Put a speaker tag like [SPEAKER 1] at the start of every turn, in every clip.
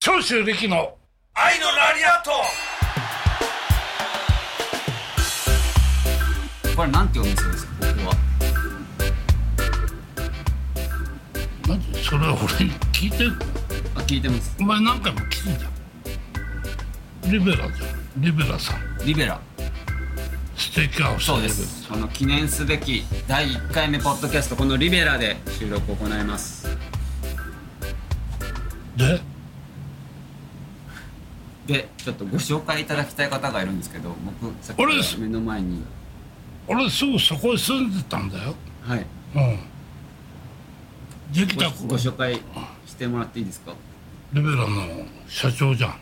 [SPEAKER 1] 長州力の
[SPEAKER 2] 愛のラリアット
[SPEAKER 3] これなんてお店ですかここは
[SPEAKER 1] 何それ俺に聞いてる
[SPEAKER 3] あ聞いてます
[SPEAKER 1] お前何回も聞いたリベラじゃんリベラさん
[SPEAKER 3] リベラ
[SPEAKER 1] ステーキハウス
[SPEAKER 3] そうですこの記念すべき第1回目ポッドキャストこのリベラで収録を行います
[SPEAKER 1] リベラで
[SPEAKER 3] でちょっとご紹介いただきたい方がいるんですけど僕さっき
[SPEAKER 1] 俺です
[SPEAKER 3] 目の前に
[SPEAKER 1] 俺すぐそこへ住んでたんだよ
[SPEAKER 3] はい
[SPEAKER 1] うんできた
[SPEAKER 3] ごご紹介してもらっていいですか
[SPEAKER 1] リベラの社長じゃん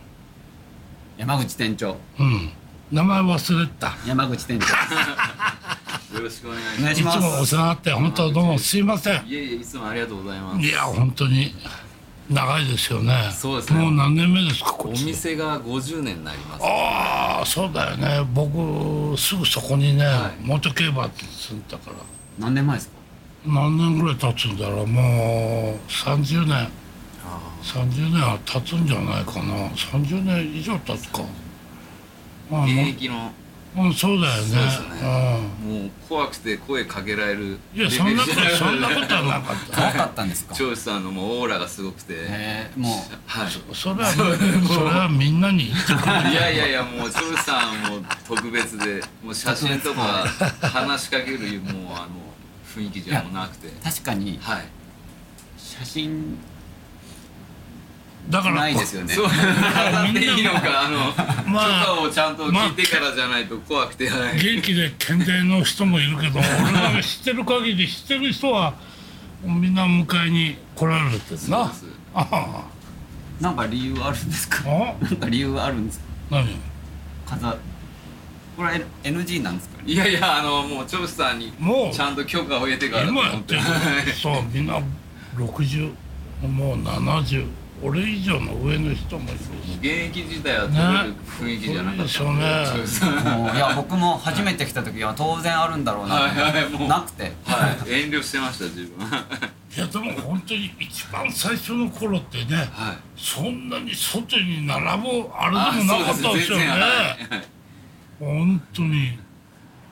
[SPEAKER 3] 山口店長
[SPEAKER 1] うん名前忘れてた
[SPEAKER 3] 山口店長
[SPEAKER 4] よろしくお願い
[SPEAKER 3] お
[SPEAKER 4] し
[SPEAKER 3] 願
[SPEAKER 4] ま
[SPEAKER 3] い
[SPEAKER 1] いつ
[SPEAKER 3] します
[SPEAKER 1] もお世話になって本当どうもすいません
[SPEAKER 4] す。いえいえ、いつもありがとうございます。
[SPEAKER 1] いや本当に長いですよね
[SPEAKER 4] そうですね
[SPEAKER 1] もう何年目ですか
[SPEAKER 4] お
[SPEAKER 1] こっち
[SPEAKER 4] 店が50年になります。
[SPEAKER 1] ああそうだよね僕すぐそこにね、
[SPEAKER 4] はい
[SPEAKER 1] 元競馬って住んだから
[SPEAKER 3] 何年前ですか
[SPEAKER 1] 何年ぐらい経つんだろうもう30年
[SPEAKER 4] あ
[SPEAKER 1] 30年は経つんじゃないかな30年以上経つかああ
[SPEAKER 4] ー
[SPEAKER 1] も
[SPEAKER 4] 現役の、
[SPEAKER 1] う、うん、そうだよね
[SPEAKER 4] そうですねもう怖くて声かけられ
[SPEAKER 1] う
[SPEAKER 4] る。
[SPEAKER 1] ん、いやそんなこと
[SPEAKER 4] レベルじゃ
[SPEAKER 1] そ
[SPEAKER 4] い
[SPEAKER 1] んなことはなか った
[SPEAKER 3] 怖かったんですか
[SPEAKER 4] 長州さんのもうオーラがすごくて。
[SPEAKER 3] えー、も
[SPEAKER 4] はい。
[SPEAKER 1] それはそれはみんなに言ってくれる
[SPEAKER 4] いやいやいや、もう長州さんも特別で、もう写真とか話しかける、もうあの、雰囲気じゃもうなくて。
[SPEAKER 3] う確かに
[SPEAKER 4] はい。
[SPEAKER 3] 写真
[SPEAKER 1] だから
[SPEAKER 3] ないですよね
[SPEAKER 4] そう、語っていいのか、あの、
[SPEAKER 1] まあ
[SPEAKER 4] 許可をちゃんと聞いてからじゃないと怖くて、はい。
[SPEAKER 1] 元気で健在の人もいるけ ど俺が知ってる限り知ってる人はみんな迎えに来られてる
[SPEAKER 4] そう
[SPEAKER 1] な
[SPEAKER 4] です
[SPEAKER 1] ああ
[SPEAKER 3] なんか理由あるんですか
[SPEAKER 1] あ
[SPEAKER 3] なんか理由あるんですか
[SPEAKER 1] 何
[SPEAKER 3] 飾これは NG なんですか
[SPEAKER 4] いやいや、あの、もう、チョブスさんに、
[SPEAKER 1] もう
[SPEAKER 4] ちゃんと許可を得てからと
[SPEAKER 1] 今や
[SPEAKER 4] 思
[SPEAKER 1] っ
[SPEAKER 4] ってて。
[SPEAKER 1] るそうみんな60もう70俺以上の上の人もいるし
[SPEAKER 4] 現役時代は取れる雰囲気じゃなかったんで。
[SPEAKER 1] そうでしょうね
[SPEAKER 4] チョブスさんは
[SPEAKER 3] もういや僕も初めて来た時は当然あるんだろうな、
[SPEAKER 4] はいはいもう
[SPEAKER 3] なくて
[SPEAKER 4] い、遠慮してました、自分。はい
[SPEAKER 1] やでも本当に一番最初の頃ってね
[SPEAKER 4] い。
[SPEAKER 1] そんなに外に並ぶあれでもなかったですよね
[SPEAKER 4] はいはい
[SPEAKER 1] 本当に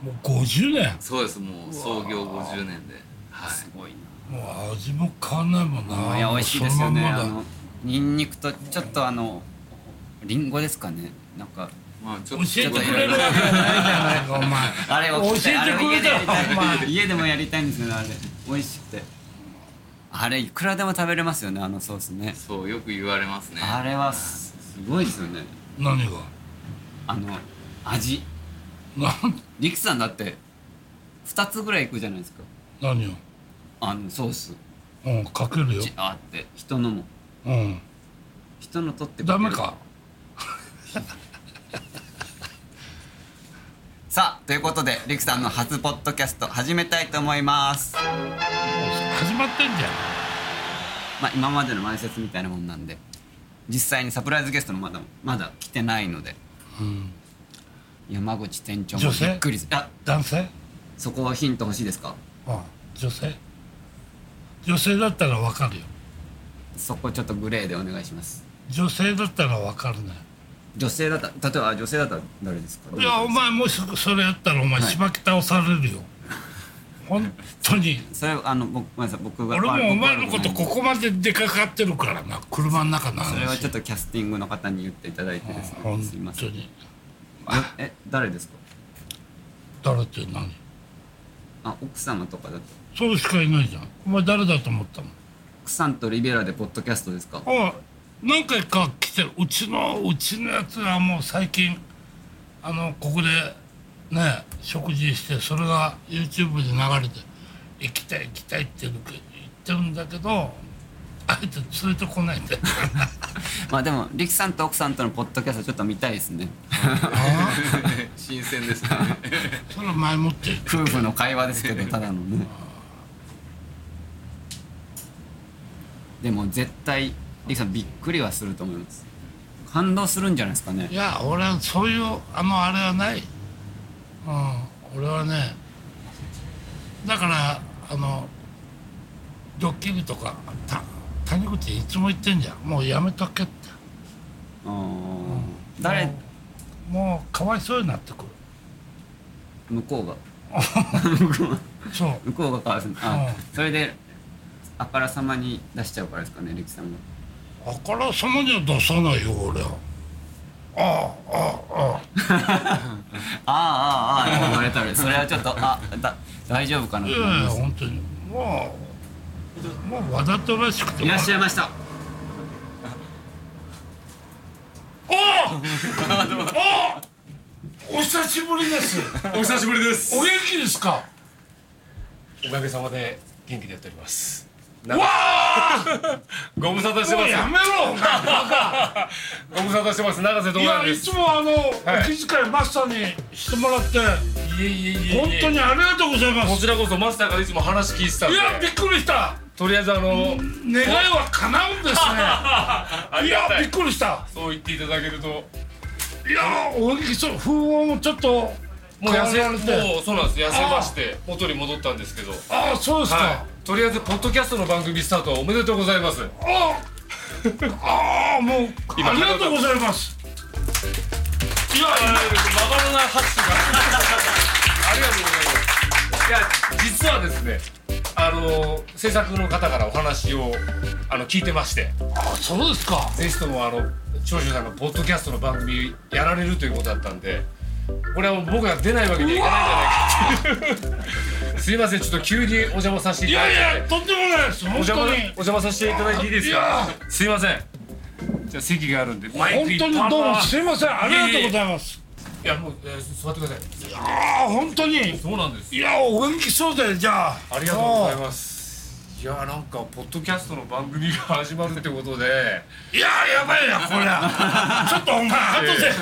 [SPEAKER 1] もう50年
[SPEAKER 4] そうです、もう、創業50年で。はい。
[SPEAKER 3] すごい
[SPEAKER 1] もう味も変わんないもんな。
[SPEAKER 3] ないや美味しいですよね
[SPEAKER 1] もう
[SPEAKER 3] あ
[SPEAKER 1] そのまんま
[SPEAKER 3] のニンニクとちょっとあのリンゴですかねなんか
[SPEAKER 4] まあ、ち
[SPEAKER 1] だ
[SPEAKER 4] ょっと。
[SPEAKER 1] 教えて
[SPEAKER 4] ちょっと
[SPEAKER 1] くれるわけないじゃないか、お前。
[SPEAKER 3] あれを聞きたいあれを
[SPEAKER 1] 教え
[SPEAKER 3] 家
[SPEAKER 1] てくれ
[SPEAKER 3] で
[SPEAKER 1] た
[SPEAKER 3] や
[SPEAKER 1] よ
[SPEAKER 3] りたい
[SPEAKER 1] お前
[SPEAKER 3] 家でもやりたいんですよねあれ美味しくてあれいくらでも食べれますよねあのソースね
[SPEAKER 4] そう、よく言われますね。
[SPEAKER 3] あれはすすごいですよね
[SPEAKER 1] 何が。
[SPEAKER 3] あの味
[SPEAKER 1] なん、
[SPEAKER 3] 力さんだって2つぐらいいくじゃないですか
[SPEAKER 1] 何を。
[SPEAKER 3] あのソース
[SPEAKER 1] うん、かけるよ
[SPEAKER 3] ち。あって人のも
[SPEAKER 1] うん。
[SPEAKER 3] 人の取って
[SPEAKER 1] ダメか。
[SPEAKER 3] さあということでリクさんの初ポッドキャスト始めたいと思います
[SPEAKER 1] 始まってんじゃん。
[SPEAKER 3] まあ今までの前説みたいなもんなんで実際にサプライズゲストのまだまだ来てないので
[SPEAKER 1] うん。
[SPEAKER 3] 山口店長も
[SPEAKER 1] 女
[SPEAKER 3] び
[SPEAKER 1] 性
[SPEAKER 3] っくりするあ
[SPEAKER 1] 男性。
[SPEAKER 3] そこはヒント欲しいですか
[SPEAKER 1] うん。女性。女性だったらわかるよ。
[SPEAKER 3] そこちょっとグレーでお願いします
[SPEAKER 1] 女性だったらわかるね。
[SPEAKER 3] 女性だった例えば女性だったら誰ですか
[SPEAKER 1] いや、お前もしそれやったら、お前
[SPEAKER 3] はい
[SPEAKER 1] しばき倒される よ。本当に。
[SPEAKER 3] それあの僕ごめんなさい僕が
[SPEAKER 1] 俺もお前の
[SPEAKER 3] 僕
[SPEAKER 1] こ
[SPEAKER 3] が
[SPEAKER 1] とここまで出かかってるからな車の中の話
[SPEAKER 3] それはちょっとキャスティングの方に言っていただいてです
[SPEAKER 1] 本
[SPEAKER 3] ねすいませ
[SPEAKER 1] 当
[SPEAKER 3] ん
[SPEAKER 1] に
[SPEAKER 3] え誰ですか
[SPEAKER 1] 誰って何
[SPEAKER 3] あ奥様とかだと
[SPEAKER 1] そうしかいないじゃんお前誰だと思ったの
[SPEAKER 3] 奥さんとリベラでポッドキャストですか
[SPEAKER 1] ああ何回か来てるうちのうちのやつはもう最近あのここでね食事してそれが YouTube で流れて「行きたい行きたい」って言うけど言ってるんだけどあえて連れてこないんだ よ
[SPEAKER 3] まあでも力さんと奥さんとのポッドキャストちょっと見たいですね
[SPEAKER 1] ああ
[SPEAKER 4] 新鮮です ね。
[SPEAKER 1] それは前もって
[SPEAKER 3] 夫婦の会話ですけどただのねでも絶対力さんびっくりはすると思います感動するんじゃないですかね
[SPEAKER 1] いや俺はそういうあのあれはない、うん、俺はねだからあのドッキリとかた谷口いつも言ってんじゃんもうやめとけって
[SPEAKER 3] うん誰
[SPEAKER 1] もうかわいそうになってくる
[SPEAKER 3] 向こうが
[SPEAKER 1] そう
[SPEAKER 3] 向こうがかわいそうあ
[SPEAKER 1] う
[SPEAKER 3] それであからさまに出しちゃうからですかね力さんが
[SPEAKER 1] あからさまには出さないよ俺はあああああ
[SPEAKER 3] ああああああ言われたらそれはちょっとあだ大丈夫か
[SPEAKER 1] あ
[SPEAKER 3] ないと
[SPEAKER 1] やい
[SPEAKER 3] 思いま
[SPEAKER 1] や
[SPEAKER 3] す
[SPEAKER 1] 本当にもうもうわざとらしくて
[SPEAKER 3] いらっしゃいました
[SPEAKER 1] おおおお久しぶりです
[SPEAKER 2] お久しぶりです
[SPEAKER 1] お元気ですか
[SPEAKER 2] おかげさまで元気でやっております
[SPEAKER 1] わあ
[SPEAKER 2] ご無沙汰して
[SPEAKER 1] も
[SPEAKER 2] ま
[SPEAKER 1] う
[SPEAKER 2] す
[SPEAKER 1] やめろお前
[SPEAKER 2] ご無沙汰してます永瀬智
[SPEAKER 1] いや
[SPEAKER 2] 也
[SPEAKER 1] い
[SPEAKER 2] です
[SPEAKER 1] つもあの、
[SPEAKER 2] い
[SPEAKER 1] お気遣いマスターにしてもらって
[SPEAKER 2] いえいえいえいえ
[SPEAKER 1] 本当にありがとうございま
[SPEAKER 2] こ
[SPEAKER 1] す
[SPEAKER 2] ちらこそマスターからいつも話聞いてたん
[SPEAKER 1] い
[SPEAKER 2] で
[SPEAKER 1] やびっくりした
[SPEAKER 2] とりあえずあの
[SPEAKER 1] 願いは叶うんですね
[SPEAKER 2] あ
[SPEAKER 1] い
[SPEAKER 2] りが
[SPEAKER 1] や
[SPEAKER 2] た
[SPEAKER 1] びっ
[SPEAKER 2] い
[SPEAKER 1] くりした
[SPEAKER 2] そう言っていただけるとも
[SPEAKER 1] いやー、お元気そう、風貌もちょっと、もう
[SPEAKER 2] う痩
[SPEAKER 1] 痩せ
[SPEAKER 2] せ
[SPEAKER 1] ら
[SPEAKER 2] も
[SPEAKER 1] れて。
[SPEAKER 2] うそうなんです痩せまして元に戻ったんですけど
[SPEAKER 1] ああ、そうですか。
[SPEAKER 2] はいとりあえずポッドキャストの番組スタートおめでとうございます
[SPEAKER 1] ああ、ああ、もう、
[SPEAKER 2] 今
[SPEAKER 1] ありがとうございます。いや、
[SPEAKER 2] 曲がらない拍手がありがとうございますいや実はですねあの制作の方からお話をあの聞いてまして
[SPEAKER 1] ああ、そうですか。
[SPEAKER 2] ぜひともあの長州さんがポッドキャストの番組やられるということだったんでこれはもう僕が出ないわけにはいかないんじゃないかっていう すいませんちょっと急にお邪魔させて
[SPEAKER 1] い
[SPEAKER 2] いただいちゃっ
[SPEAKER 1] やい
[SPEAKER 2] て
[SPEAKER 1] や、とんでもないです。
[SPEAKER 2] お
[SPEAKER 1] 本
[SPEAKER 2] 邪魔
[SPEAKER 1] 当
[SPEAKER 2] お
[SPEAKER 1] に。
[SPEAKER 2] 邪魔させていただいていいです
[SPEAKER 1] いや
[SPEAKER 2] かすいませんじゃあ席があるんでマイクい
[SPEAKER 1] 本
[SPEAKER 2] っぱ
[SPEAKER 1] 当
[SPEAKER 2] い
[SPEAKER 1] にどうも
[SPEAKER 2] あ
[SPEAKER 1] すいません。ありがとうございます。
[SPEAKER 2] いやもう、えー座ってください
[SPEAKER 1] ああ、本当に。
[SPEAKER 2] そうなんです
[SPEAKER 1] いや、お元気そうで、じゃあ。
[SPEAKER 2] ありがとうございますいやなんかポッドキャストの番組が始まるってことで
[SPEAKER 1] す。いや、やばいな、これ。 ちょっと、お前、後で。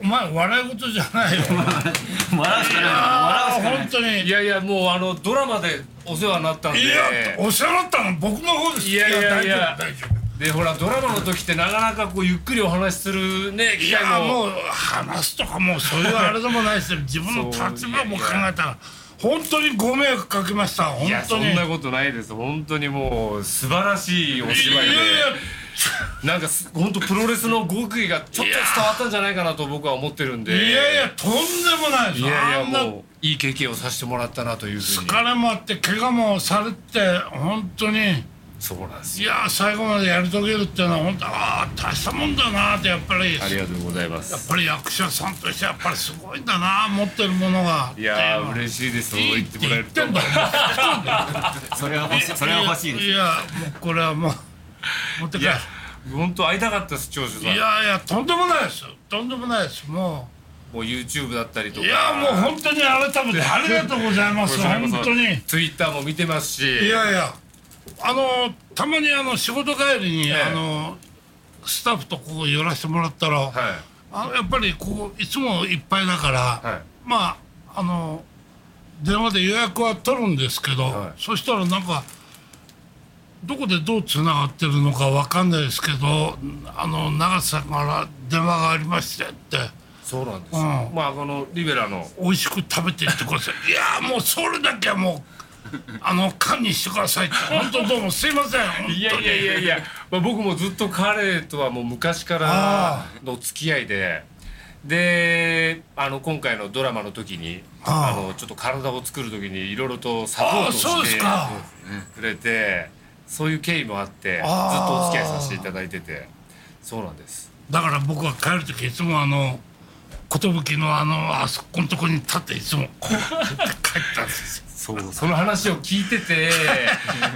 [SPEAKER 1] お前、笑い事じゃないよ。
[SPEAKER 3] 笑うしかな
[SPEAKER 1] あ
[SPEAKER 3] い笑う
[SPEAKER 1] あ、
[SPEAKER 3] しかない
[SPEAKER 1] 本当に
[SPEAKER 2] い。やいやもうあのドラマでお世話になったんで
[SPEAKER 1] いや、お世話になったの僕の方です。
[SPEAKER 2] いやいやいや
[SPEAKER 1] 大丈夫、大丈夫。
[SPEAKER 2] でほらドラマの時ってなかなかこうゆっくりお話しするね
[SPEAKER 1] い
[SPEAKER 2] 機会
[SPEAKER 1] や、も
[SPEAKER 2] も
[SPEAKER 1] う話すとかもうそういうあれでもないです よ。自分の立場も考えたら、本当にご迷惑かけました。本
[SPEAKER 2] いや
[SPEAKER 1] 当
[SPEAKER 2] そ
[SPEAKER 1] に。
[SPEAKER 2] んなことないです本当にもう素晴らしいお芝居で
[SPEAKER 1] いやいや
[SPEAKER 2] なんかす本当プロレスの極意がちょっと伝わったんじゃないかなと僕は思ってるんで
[SPEAKER 1] いやいや、とんでもないです。
[SPEAKER 2] いやいや
[SPEAKER 1] あんな
[SPEAKER 2] もういい経験をさせてもらったなというふうに
[SPEAKER 1] 疲れもあって怪我もされて本当に
[SPEAKER 2] そうなんです
[SPEAKER 1] い
[SPEAKER 2] よ
[SPEAKER 1] や最後までやり遂げるっていうのは本当ああ大したもんだなってやっぱりや
[SPEAKER 2] ありがとうございま
[SPEAKER 1] っ
[SPEAKER 2] す
[SPEAKER 1] ぱり役者さんとしてやっぱりすごいんだな持ってるものが
[SPEAKER 2] いやー
[SPEAKER 1] って
[SPEAKER 2] 嬉しいですそう
[SPEAKER 1] い
[SPEAKER 2] 言
[SPEAKER 1] う
[SPEAKER 2] って
[SPEAKER 1] の
[SPEAKER 2] もら
[SPEAKER 1] はい
[SPEAKER 2] え
[SPEAKER 1] い
[SPEAKER 2] る
[SPEAKER 1] って
[SPEAKER 2] と
[SPEAKER 1] 言ってんだ
[SPEAKER 3] それは欲しいそれは欲しいです
[SPEAKER 1] いやもうこれはもう持って
[SPEAKER 2] い
[SPEAKER 1] 帰る
[SPEAKER 2] や本当会いたかったです長州
[SPEAKER 1] い
[SPEAKER 2] さん
[SPEAKER 1] やいやとんでもないですとんでもないですも
[SPEAKER 2] もう YouTube だったりと
[SPEAKER 1] う
[SPEAKER 2] か
[SPEAKER 1] いやもう本当に改めてありがとうござい ます本当にい
[SPEAKER 2] ツイッターも見てますし
[SPEAKER 1] やいやあのたまにあの仕事帰りに、
[SPEAKER 2] ええ
[SPEAKER 1] あのスタッフとこう寄らせてもらったら、
[SPEAKER 2] は
[SPEAKER 1] あのやっぱりこういつもいっぱいだから、
[SPEAKER 2] はい
[SPEAKER 1] まああの電話で予約は取るんですけど、
[SPEAKER 2] はい
[SPEAKER 1] そしたらなんかどこでどうつながってるのかわかんないですけどあの長瀬さんから電話がありましてって
[SPEAKER 2] いそうなんです
[SPEAKER 1] う
[SPEAKER 2] よ
[SPEAKER 1] ん
[SPEAKER 2] まあこのリベラの
[SPEAKER 1] 美味しく食べていってくださいいやーもうそれだけはも うあの缶にしてくださいって本当どうもすいません本当に
[SPEAKER 2] いやいやいやいや、 まあ、僕もずっと彼とはもう昔からの付き合いでであの今回のドラマの時に
[SPEAKER 1] あ
[SPEAKER 2] あ
[SPEAKER 1] あ
[SPEAKER 2] のちょっと体を作る時にいろいろとサポー
[SPEAKER 1] あ
[SPEAKER 2] ト
[SPEAKER 1] あ
[SPEAKER 2] を
[SPEAKER 1] そうで
[SPEAKER 2] し
[SPEAKER 1] す
[SPEAKER 2] て
[SPEAKER 1] か
[SPEAKER 2] くれてそういう経緯もあってずっ
[SPEAKER 1] ああ
[SPEAKER 2] とお付き合いさせていただいててそうなんです
[SPEAKER 1] だから僕は帰る時いつもあの寿のあのあそこのとこに立っていつもこう帰ったんですよ
[SPEAKER 2] そうその話を聞いて て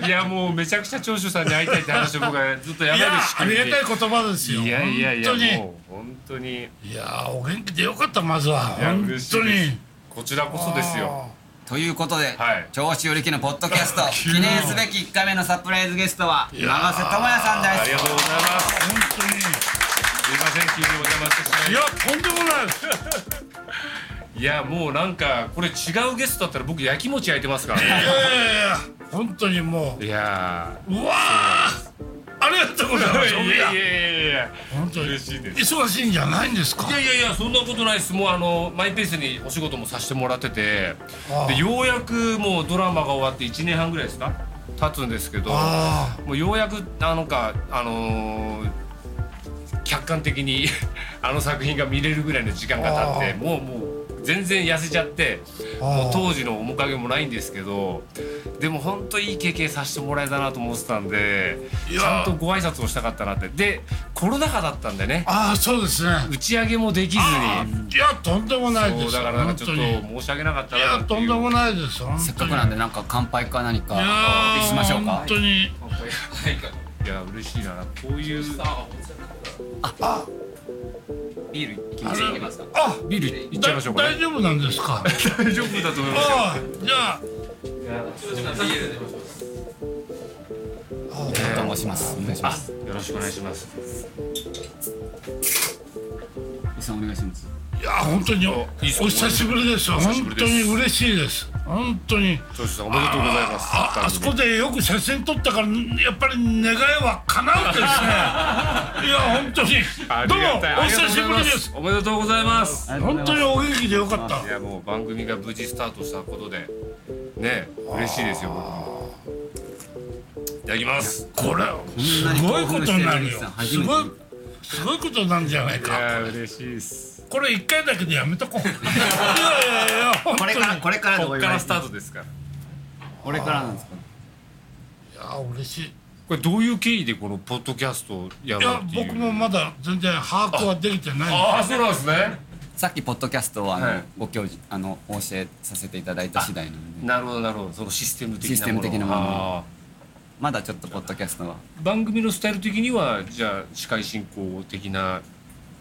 [SPEAKER 2] いやもうめちゃくちゃ長州さんに会いたいって話を僕はずっとや
[SPEAKER 1] い
[SPEAKER 2] ら
[SPEAKER 1] や
[SPEAKER 2] れし
[SPEAKER 1] あ
[SPEAKER 2] く
[SPEAKER 1] りがたい
[SPEAKER 2] い
[SPEAKER 1] 言葉ですよ
[SPEAKER 2] いやいやいや
[SPEAKER 1] 本当に
[SPEAKER 2] もう本当に
[SPEAKER 1] いやーお元気でよかったまずはい
[SPEAKER 2] や
[SPEAKER 1] 本
[SPEAKER 2] 嬉し
[SPEAKER 1] 当
[SPEAKER 2] いです
[SPEAKER 1] に
[SPEAKER 2] こちらこそですよ
[SPEAKER 3] ということで、
[SPEAKER 2] はい
[SPEAKER 3] 長州力のポッドキャスト記念すべき1回目のサプライズゲストは永瀬
[SPEAKER 1] やー
[SPEAKER 3] 智也さん
[SPEAKER 2] あ
[SPEAKER 3] で
[SPEAKER 2] り
[SPEAKER 3] す
[SPEAKER 2] がとうございます
[SPEAKER 1] 本当に
[SPEAKER 2] すいません急にお邪魔してし
[SPEAKER 1] い
[SPEAKER 2] ま
[SPEAKER 1] やとんでもないです
[SPEAKER 2] いいやもうなんかこれ違うゲストだったら僕焼き餅焼いてますから
[SPEAKER 1] い
[SPEAKER 2] ね
[SPEAKER 1] やいやいや本当にも
[SPEAKER 2] いや
[SPEAKER 1] ううわーありがとうございま
[SPEAKER 2] ー
[SPEAKER 1] す
[SPEAKER 2] いやいやいや
[SPEAKER 1] 本当に
[SPEAKER 2] 嬉しいです
[SPEAKER 1] 忙しいんじゃないんですか
[SPEAKER 2] いやいやいやそんなことないですもうあのマイペースにお仕事もさせてもらってて
[SPEAKER 1] ああ
[SPEAKER 2] でようやくもうドラマが終わって1年半ぐらいですか経つんですけど
[SPEAKER 1] あ
[SPEAKER 2] もうようやくなんかあのー間的に あの作品が見れるぐらいの時間が経ってもうもう全然痩せちゃってもう当時の面影もないんですけどでも本当いい経験させてもらえたなと思ってたんで
[SPEAKER 1] い
[SPEAKER 2] ち
[SPEAKER 1] や
[SPEAKER 2] ゃんとご挨拶をしたかったなってでコロナ禍だったんでね
[SPEAKER 1] ああそうですね
[SPEAKER 2] 打ち上げもできず
[SPEAKER 1] あ
[SPEAKER 2] に
[SPEAKER 1] ーいやとんでもないで
[SPEAKER 2] そう
[SPEAKER 1] す
[SPEAKER 2] だからなん
[SPEAKER 1] 本
[SPEAKER 2] かちょ
[SPEAKER 1] 当
[SPEAKER 2] っと
[SPEAKER 1] にい
[SPEAKER 2] 申し訳なかったな
[SPEAKER 1] や
[SPEAKER 2] って
[SPEAKER 1] と
[SPEAKER 2] い
[SPEAKER 1] ん
[SPEAKER 2] う
[SPEAKER 1] でもないです本当に
[SPEAKER 3] せっかくなんでなんか乾杯か何か
[SPEAKER 1] いやー
[SPEAKER 3] しましょうか
[SPEAKER 1] 本当に
[SPEAKER 2] いや嬉しいなこういう
[SPEAKER 4] ビールいきますいきますか
[SPEAKER 1] あ
[SPEAKER 2] ビールいっちゃいましょうか
[SPEAKER 1] 大
[SPEAKER 2] ね
[SPEAKER 1] 丈夫なんですか
[SPEAKER 2] 大丈夫だと思いますよ
[SPEAKER 1] ああじゃあ
[SPEAKER 3] と申しますお願いしま
[SPEAKER 2] あ
[SPEAKER 3] す
[SPEAKER 2] よろしくお願いします
[SPEAKER 3] 伊さんお願いします
[SPEAKER 1] いや本当におお久しぶりですよ
[SPEAKER 2] 久しぶ
[SPEAKER 1] 本
[SPEAKER 2] りで
[SPEAKER 1] 当
[SPEAKER 2] す
[SPEAKER 1] に嬉しいです本当に
[SPEAKER 2] 長州さんおめでとうございます
[SPEAKER 1] ああそこでよく写真撮ったからやっぱり願いは叶うんです ねいや本当に
[SPEAKER 2] あり
[SPEAKER 1] どう
[SPEAKER 2] が
[SPEAKER 1] も
[SPEAKER 2] たい
[SPEAKER 1] お久しぶりです
[SPEAKER 2] ありがとうございますおめでとうござい
[SPEAKER 1] 本
[SPEAKER 2] ま
[SPEAKER 1] 当にお元気でよかった
[SPEAKER 2] すいやもう番組が無事スタートしたことでね嬉しいですよ僕もいただきます
[SPEAKER 1] これすごいことになるよ
[SPEAKER 3] こんなに
[SPEAKER 1] す
[SPEAKER 3] 興奮してる水
[SPEAKER 1] ご
[SPEAKER 3] さ
[SPEAKER 1] い
[SPEAKER 3] ん初めて
[SPEAKER 1] すごいことなんじゃない
[SPEAKER 2] い
[SPEAKER 1] か
[SPEAKER 2] や嬉しいです
[SPEAKER 1] これ一回だけでやめと こういやいやいや本当
[SPEAKER 3] こ
[SPEAKER 1] に
[SPEAKER 3] れからこれからで
[SPEAKER 2] こっからスタートですから
[SPEAKER 3] これからなんですか
[SPEAKER 1] いや嬉しい
[SPEAKER 2] これどういう経緯でこのポッドキャストをや
[SPEAKER 1] い
[SPEAKER 2] ろう
[SPEAKER 1] や
[SPEAKER 2] っていう
[SPEAKER 1] 僕もまだ全然把握はできてないんで
[SPEAKER 2] ああそうなんですね
[SPEAKER 3] さっきポッドキャストをあの、
[SPEAKER 2] はい
[SPEAKER 3] ご教示あのお教えさせていただいた次第なので
[SPEAKER 2] なるほどなるほどそのシステム的なもの
[SPEAKER 3] システム的なもの
[SPEAKER 2] あ
[SPEAKER 3] まだちょっとポッドキャストは
[SPEAKER 2] ー番組のスタイル的にはじゃあ司会進行的な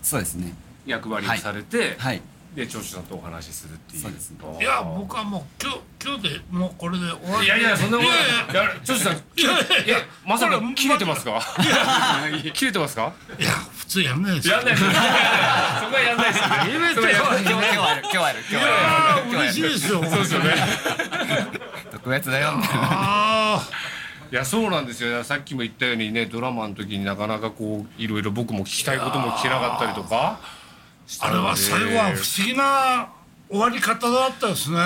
[SPEAKER 3] そうですね
[SPEAKER 2] 役割を
[SPEAKER 3] はい
[SPEAKER 2] されて、
[SPEAKER 3] はい
[SPEAKER 2] で長州さんとお話しするっていう
[SPEAKER 3] そうですね
[SPEAKER 2] あー
[SPEAKER 1] いや僕はもう今日今日でもうこれで終わり
[SPEAKER 2] いやいやそんなこと
[SPEAKER 1] いやい
[SPEAKER 2] ないや長州さん
[SPEAKER 1] いやいや
[SPEAKER 2] いやまさか
[SPEAKER 1] これ
[SPEAKER 2] 切れてますか切れてますか
[SPEAKER 1] やいや普通やんないですよ
[SPEAKER 2] やんないですそこはやんないですねやめて
[SPEAKER 3] 今日今日はやる今日はやる今日はやる
[SPEAKER 1] ああ嬉しいですよ
[SPEAKER 2] そうですよね
[SPEAKER 3] 特別だよみたいな
[SPEAKER 1] あ
[SPEAKER 2] いやそうなんですよさっきも言ったようにねドラマの時になかなかこういろいろ僕も聞きたいことも聞けなかったりとか
[SPEAKER 1] ああれは最後は不思議な終わり方だったですね
[SPEAKER 2] ね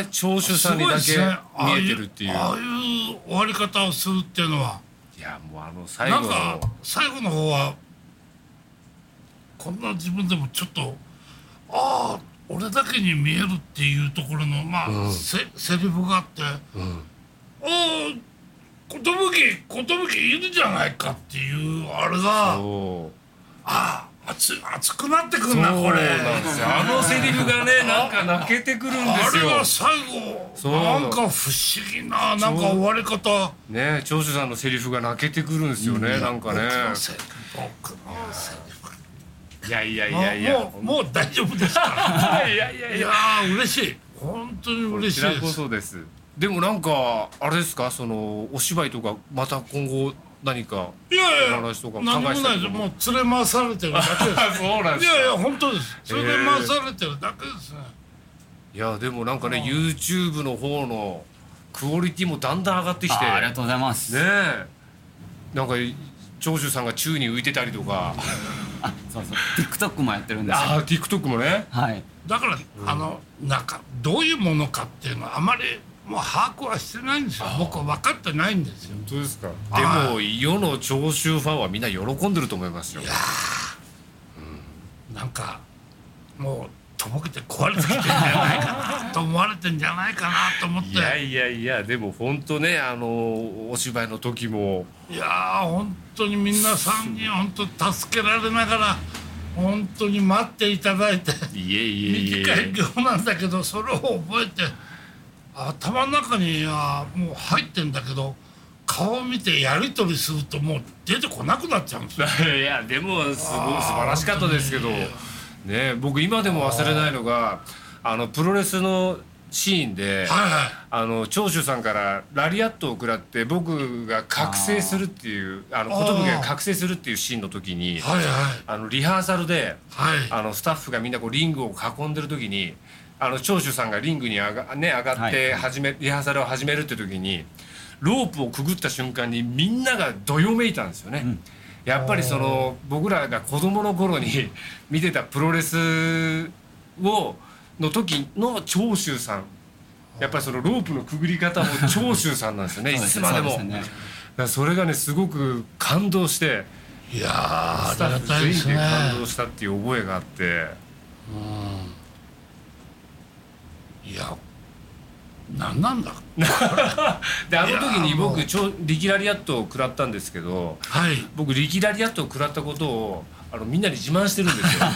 [SPEAKER 2] え長州
[SPEAKER 1] す
[SPEAKER 2] さんに
[SPEAKER 1] ごい
[SPEAKER 2] だ
[SPEAKER 1] で
[SPEAKER 2] け
[SPEAKER 1] すねああ
[SPEAKER 2] 見えてるっていう
[SPEAKER 1] ああいう終わり方をするっていうのはい
[SPEAKER 2] やもうあの最
[SPEAKER 1] な
[SPEAKER 2] 後
[SPEAKER 1] ん
[SPEAKER 2] の
[SPEAKER 1] か最後の方はこんな自分でもちょっとああ俺だけに見えるっていうところのまあ、せセリフがあって「おお寿寿いるじゃないか」っていうあれがあ
[SPEAKER 2] そう
[SPEAKER 1] あ熱熱くなってく
[SPEAKER 2] そ
[SPEAKER 1] る
[SPEAKER 2] う
[SPEAKER 1] な
[SPEAKER 2] な
[SPEAKER 1] これ。
[SPEAKER 2] んですよあのセリフがねなんか泣けてくるんで
[SPEAKER 1] あ
[SPEAKER 2] す
[SPEAKER 1] れ
[SPEAKER 2] よ
[SPEAKER 1] は最後
[SPEAKER 2] そう
[SPEAKER 1] なんか不思議ななんか終わり方
[SPEAKER 2] ねえ長州さんのセリフが泣けてくるんですよね、なんかね
[SPEAKER 1] 僕のせ僕のせ
[SPEAKER 2] いやいやい
[SPEAKER 1] い
[SPEAKER 2] やいや
[SPEAKER 1] もうもう大丈夫ですから
[SPEAKER 2] いやい や
[SPEAKER 1] いやー嬉しい本当に
[SPEAKER 2] こ
[SPEAKER 1] 嬉しい
[SPEAKER 2] ちらこ
[SPEAKER 1] です
[SPEAKER 2] そですでもなんかあれですかそのお芝居とかまた今後何か
[SPEAKER 1] いやいや
[SPEAKER 2] お話とかも
[SPEAKER 1] 何も
[SPEAKER 2] 考えてた
[SPEAKER 1] ない
[SPEAKER 2] け
[SPEAKER 1] です
[SPEAKER 2] ど
[SPEAKER 1] もう連れ回されてるだ け
[SPEAKER 2] あそうなん
[SPEAKER 1] ですいやいや本当ですそれで
[SPEAKER 2] へー
[SPEAKER 1] 回されてるだけですね
[SPEAKER 2] いやでもなんかね YouTube の方のクオリティもだんだん上がってきて
[SPEAKER 3] あありが
[SPEAKER 2] ね
[SPEAKER 3] とうございます、
[SPEAKER 2] えなんか長州さんが宙に浮いてたりとか
[SPEAKER 3] あそうそう TikTok もやってるんですよ
[SPEAKER 2] ああ TikTok もね
[SPEAKER 3] はい
[SPEAKER 1] だからあのなんかどういうものかっていうのはあまりもう把握はしてないんですよ僕は分かってないんですよ
[SPEAKER 2] 本当ですかでも世の長州ファンはみんな喜んでると思いますよ
[SPEAKER 1] なんかもうとぼけて壊れてきてんじゃないかなと思われてんじゃないかなと思って
[SPEAKER 2] いやいやいやでも本当ねあのお芝居の時も
[SPEAKER 1] いやー本当に皆さんに本当助けられながら本当に待っていただいて
[SPEAKER 2] いえいえい
[SPEAKER 1] 短い
[SPEAKER 2] え
[SPEAKER 1] 行なんだけどそれを覚えて頭の中にはもう入ってんだけど顔を見てやり取りするともう出てこなくなっちゃうんですよ。
[SPEAKER 2] いやでもすごい素晴らしかったですけどね僕今でも忘れないのがあのプロレスのシーンで、
[SPEAKER 1] はいはい
[SPEAKER 2] あの長州さんからラリアットを食らって僕が覚醒するっていうあの
[SPEAKER 1] あー
[SPEAKER 2] 寿が覚醒するっていうシーンの時にあ
[SPEAKER 1] はい
[SPEAKER 2] のリハーサルで
[SPEAKER 1] はいはい。
[SPEAKER 2] あのスタッフがみんなこうリングを囲んでる時にあの長州さんがリングに上が,、ね、上がっ
[SPEAKER 3] は
[SPEAKER 2] て
[SPEAKER 3] い
[SPEAKER 2] 始め、リハーサルを始めるって時にロープをくぐった瞬間にみんながどよめいたんですよね。やっぱりその僕らが子供の頃に 見てたプロレスをの時の長州さんやっぱりそのロープのくぐり方も 長州さんなんですよねい
[SPEAKER 3] そう
[SPEAKER 2] つまでも。
[SPEAKER 3] そうすね
[SPEAKER 2] だからそれがねすごく感動して
[SPEAKER 1] いやーあ
[SPEAKER 2] スタ
[SPEAKER 1] り
[SPEAKER 2] ッ
[SPEAKER 1] が
[SPEAKER 2] フ
[SPEAKER 1] たい
[SPEAKER 2] 全
[SPEAKER 1] で
[SPEAKER 2] 員
[SPEAKER 1] す
[SPEAKER 2] で
[SPEAKER 1] ね
[SPEAKER 2] 感動したっていう覚えがあって
[SPEAKER 1] うんいや何なんだ
[SPEAKER 2] であの時
[SPEAKER 1] いや
[SPEAKER 2] に
[SPEAKER 1] ーもう
[SPEAKER 2] 僕ちょ力ラリアットを食らったんですけど
[SPEAKER 1] はい
[SPEAKER 2] 僕力ラリアットを食らったことをあのみんなに自慢してるんです よ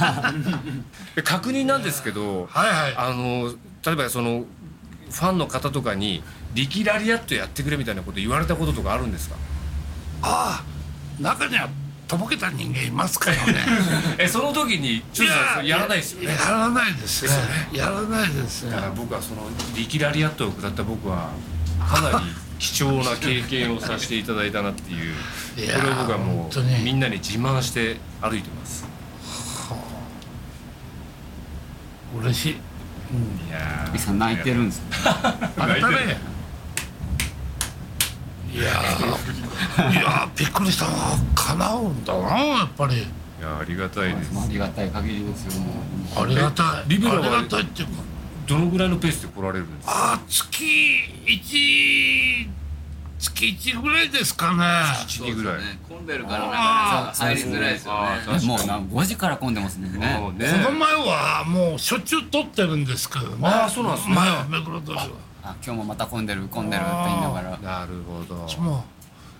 [SPEAKER 2] で確認なんですけど
[SPEAKER 1] はいはい
[SPEAKER 2] あの例えばそのファンの方とかに力ラリアットやってくれみたいなこと言われたこととかあるんですか
[SPEAKER 1] ああ中にはとぼけた人間いますからね
[SPEAKER 2] えその時にちょっとやらないですよね
[SPEAKER 1] やらないですよねやらないですよ
[SPEAKER 2] だから僕はその力ラリアットを下った僕はかなり貴重な経験をさせていただいたなっていう
[SPEAKER 1] いやー
[SPEAKER 2] これを僕はも
[SPEAKER 1] 本当
[SPEAKER 2] う
[SPEAKER 1] に
[SPEAKER 2] みんなに自慢して歩いてます
[SPEAKER 1] 嬉しい
[SPEAKER 2] いや
[SPEAKER 3] リキさん泣いてるんですね
[SPEAKER 1] あれだねいやーいやーびっくりしたな叶うんだなやっぱり
[SPEAKER 2] いやありがたいです
[SPEAKER 3] ありがたい限りですよもう
[SPEAKER 1] ありがたい
[SPEAKER 2] リベロ
[SPEAKER 1] あ
[SPEAKER 2] は
[SPEAKER 1] りがたいっていうか
[SPEAKER 2] どのぐらいのペースで来られるんですか
[SPEAKER 1] あー月1月1ぐらいですかね
[SPEAKER 2] 1ぐらい、
[SPEAKER 4] ね混んでるからなかなか入りづらいですよ
[SPEAKER 2] あ
[SPEAKER 4] ね
[SPEAKER 2] ー確かに
[SPEAKER 3] もうな5時から混んでますもんね
[SPEAKER 2] もうね
[SPEAKER 1] この前はもうしょっちゅう撮ってるんですけどね
[SPEAKER 2] あーそうなんですね
[SPEAKER 1] 前は目黒通りは
[SPEAKER 3] あ今日もまた混んでる混んでるって言いながら
[SPEAKER 2] なるほど
[SPEAKER 1] も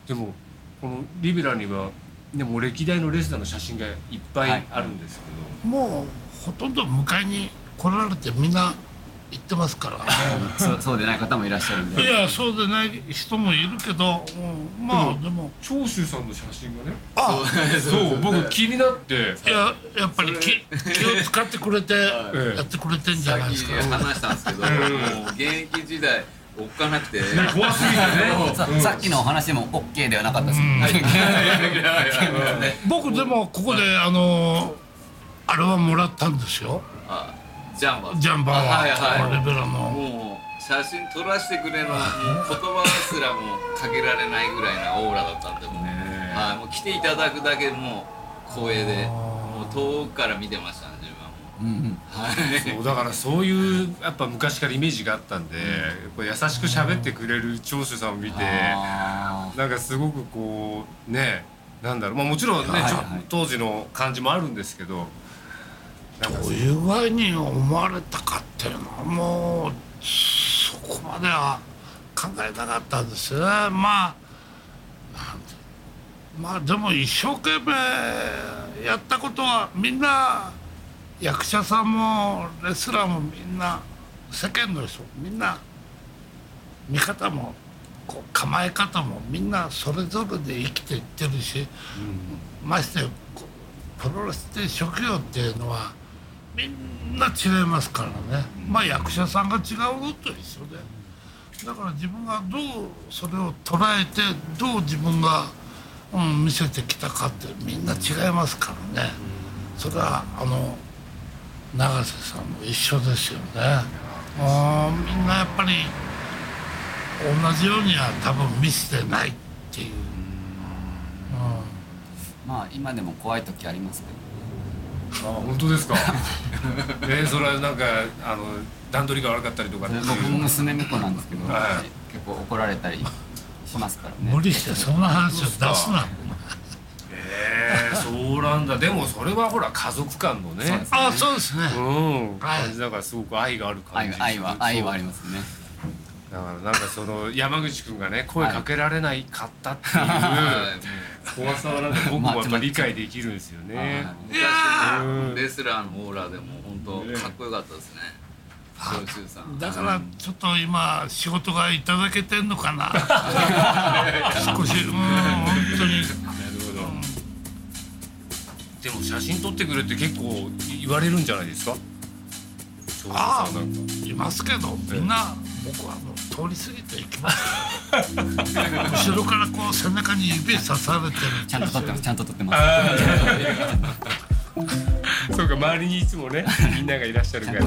[SPEAKER 2] でもこのリベラにはでも歴代のレスラーの写真がいっぱ
[SPEAKER 3] はいい
[SPEAKER 2] あるんですけど、
[SPEAKER 1] うもうほとんど迎えに来られてみんな行ってますから
[SPEAKER 3] そうそうでない方もいらっしゃるんで
[SPEAKER 1] いやそうでない人もいるけど、うんまあでも
[SPEAKER 2] 長州さんの写真 がね
[SPEAKER 1] あ
[SPEAKER 2] そう僕気になって
[SPEAKER 1] いややっぱり気気を使ってくれてやってくれてんじゃない
[SPEAKER 4] さっ
[SPEAKER 1] で
[SPEAKER 4] き
[SPEAKER 1] すか、
[SPEAKER 4] 話したんですけど、もう現役時代おっかなくて、
[SPEAKER 2] 怖すぎてね
[SPEAKER 3] ささっきのお話でも OK ではなかったですもんね
[SPEAKER 1] 僕でもここであのあれはもらったんですよ
[SPEAKER 4] あジャンバー
[SPEAKER 1] ジャンバーは、
[SPEAKER 4] はいは
[SPEAKER 1] レベラ
[SPEAKER 4] い
[SPEAKER 1] の
[SPEAKER 4] もう写真撮らせてくれのもう言葉すらもうかけられないぐらいなオーラだったんでもう,、はい、もう来ていただくだけもう光栄でもう遠くから見てましたね自分はも
[SPEAKER 3] うんうん
[SPEAKER 4] うはい
[SPEAKER 2] そうだからそういうやっぱ昔からイメージがあったんで、やっぱ優しく喋ってくれる長州さんを見て
[SPEAKER 3] あ
[SPEAKER 2] なんかすごくこうねなんだろう、まあ、もちろんね、
[SPEAKER 3] はいはい
[SPEAKER 2] ちょ当時の感じもあるんですけどなんか
[SPEAKER 1] どういう具合に思われたかっていうのはもうそこまでは考えなかったんですよねまあなんてまあでも一生懸命やったことはみんな役者さんもレスラーもみんな世間の人もみんな見方もこう構え方もみんなそれぞれで生きていってるし、ましてこうプロレスって職業っていうのはみんな違いますからね、まあ役者さんが違うのと一緒でだから自分がどうそれを捉えてどう自分が、うん、見せてきたかってみんな違いますからね、それはあの永瀬さんも一緒ですよね。あーみんなやっぱり同じようには多分見せてないっていう、
[SPEAKER 3] ーまあ今でも怖い時ありますけど
[SPEAKER 2] あ本 当ですかえそれはなんかあの段取りが悪かったりとかっていう
[SPEAKER 3] 僕も娘婿なんですけど
[SPEAKER 2] は
[SPEAKER 3] 結構怒られたりしますから
[SPEAKER 1] うん
[SPEAKER 3] ね
[SPEAKER 1] 無理してそんな話を出すな
[SPEAKER 2] えー、そうなんだでもそれはほら家族間のね
[SPEAKER 3] そうです
[SPEAKER 1] あそうですね
[SPEAKER 2] うん、
[SPEAKER 1] はい
[SPEAKER 2] 感じだからすごく愛がある感
[SPEAKER 3] 愛
[SPEAKER 2] じ
[SPEAKER 3] は愛は愛はあり
[SPEAKER 2] ま
[SPEAKER 3] ますね
[SPEAKER 2] すだからなんかその山口君がね声かけられないかったっていう、
[SPEAKER 4] はい
[SPEAKER 2] 怖さはなんか僕もやっぱ理解できるんですよね
[SPEAKER 3] はい
[SPEAKER 1] いや
[SPEAKER 2] うん
[SPEAKER 4] レスラーのオーラでもう本当かっこよかったですね。長州さん。
[SPEAKER 1] ーだからちょっと今仕事がいただけてんのかな少しうん本当に
[SPEAKER 2] でも写真撮ってくれって結構言われるんじゃないですか
[SPEAKER 1] あ
[SPEAKER 2] そうなんか
[SPEAKER 1] あいますけどみんな僕はもう通り過ぎていきます後ろからこう背中に指刺されてる
[SPEAKER 3] ちゃんと撮ってますちゃんと撮ってます
[SPEAKER 2] そうか周りにいつもねみんながいらっしゃるから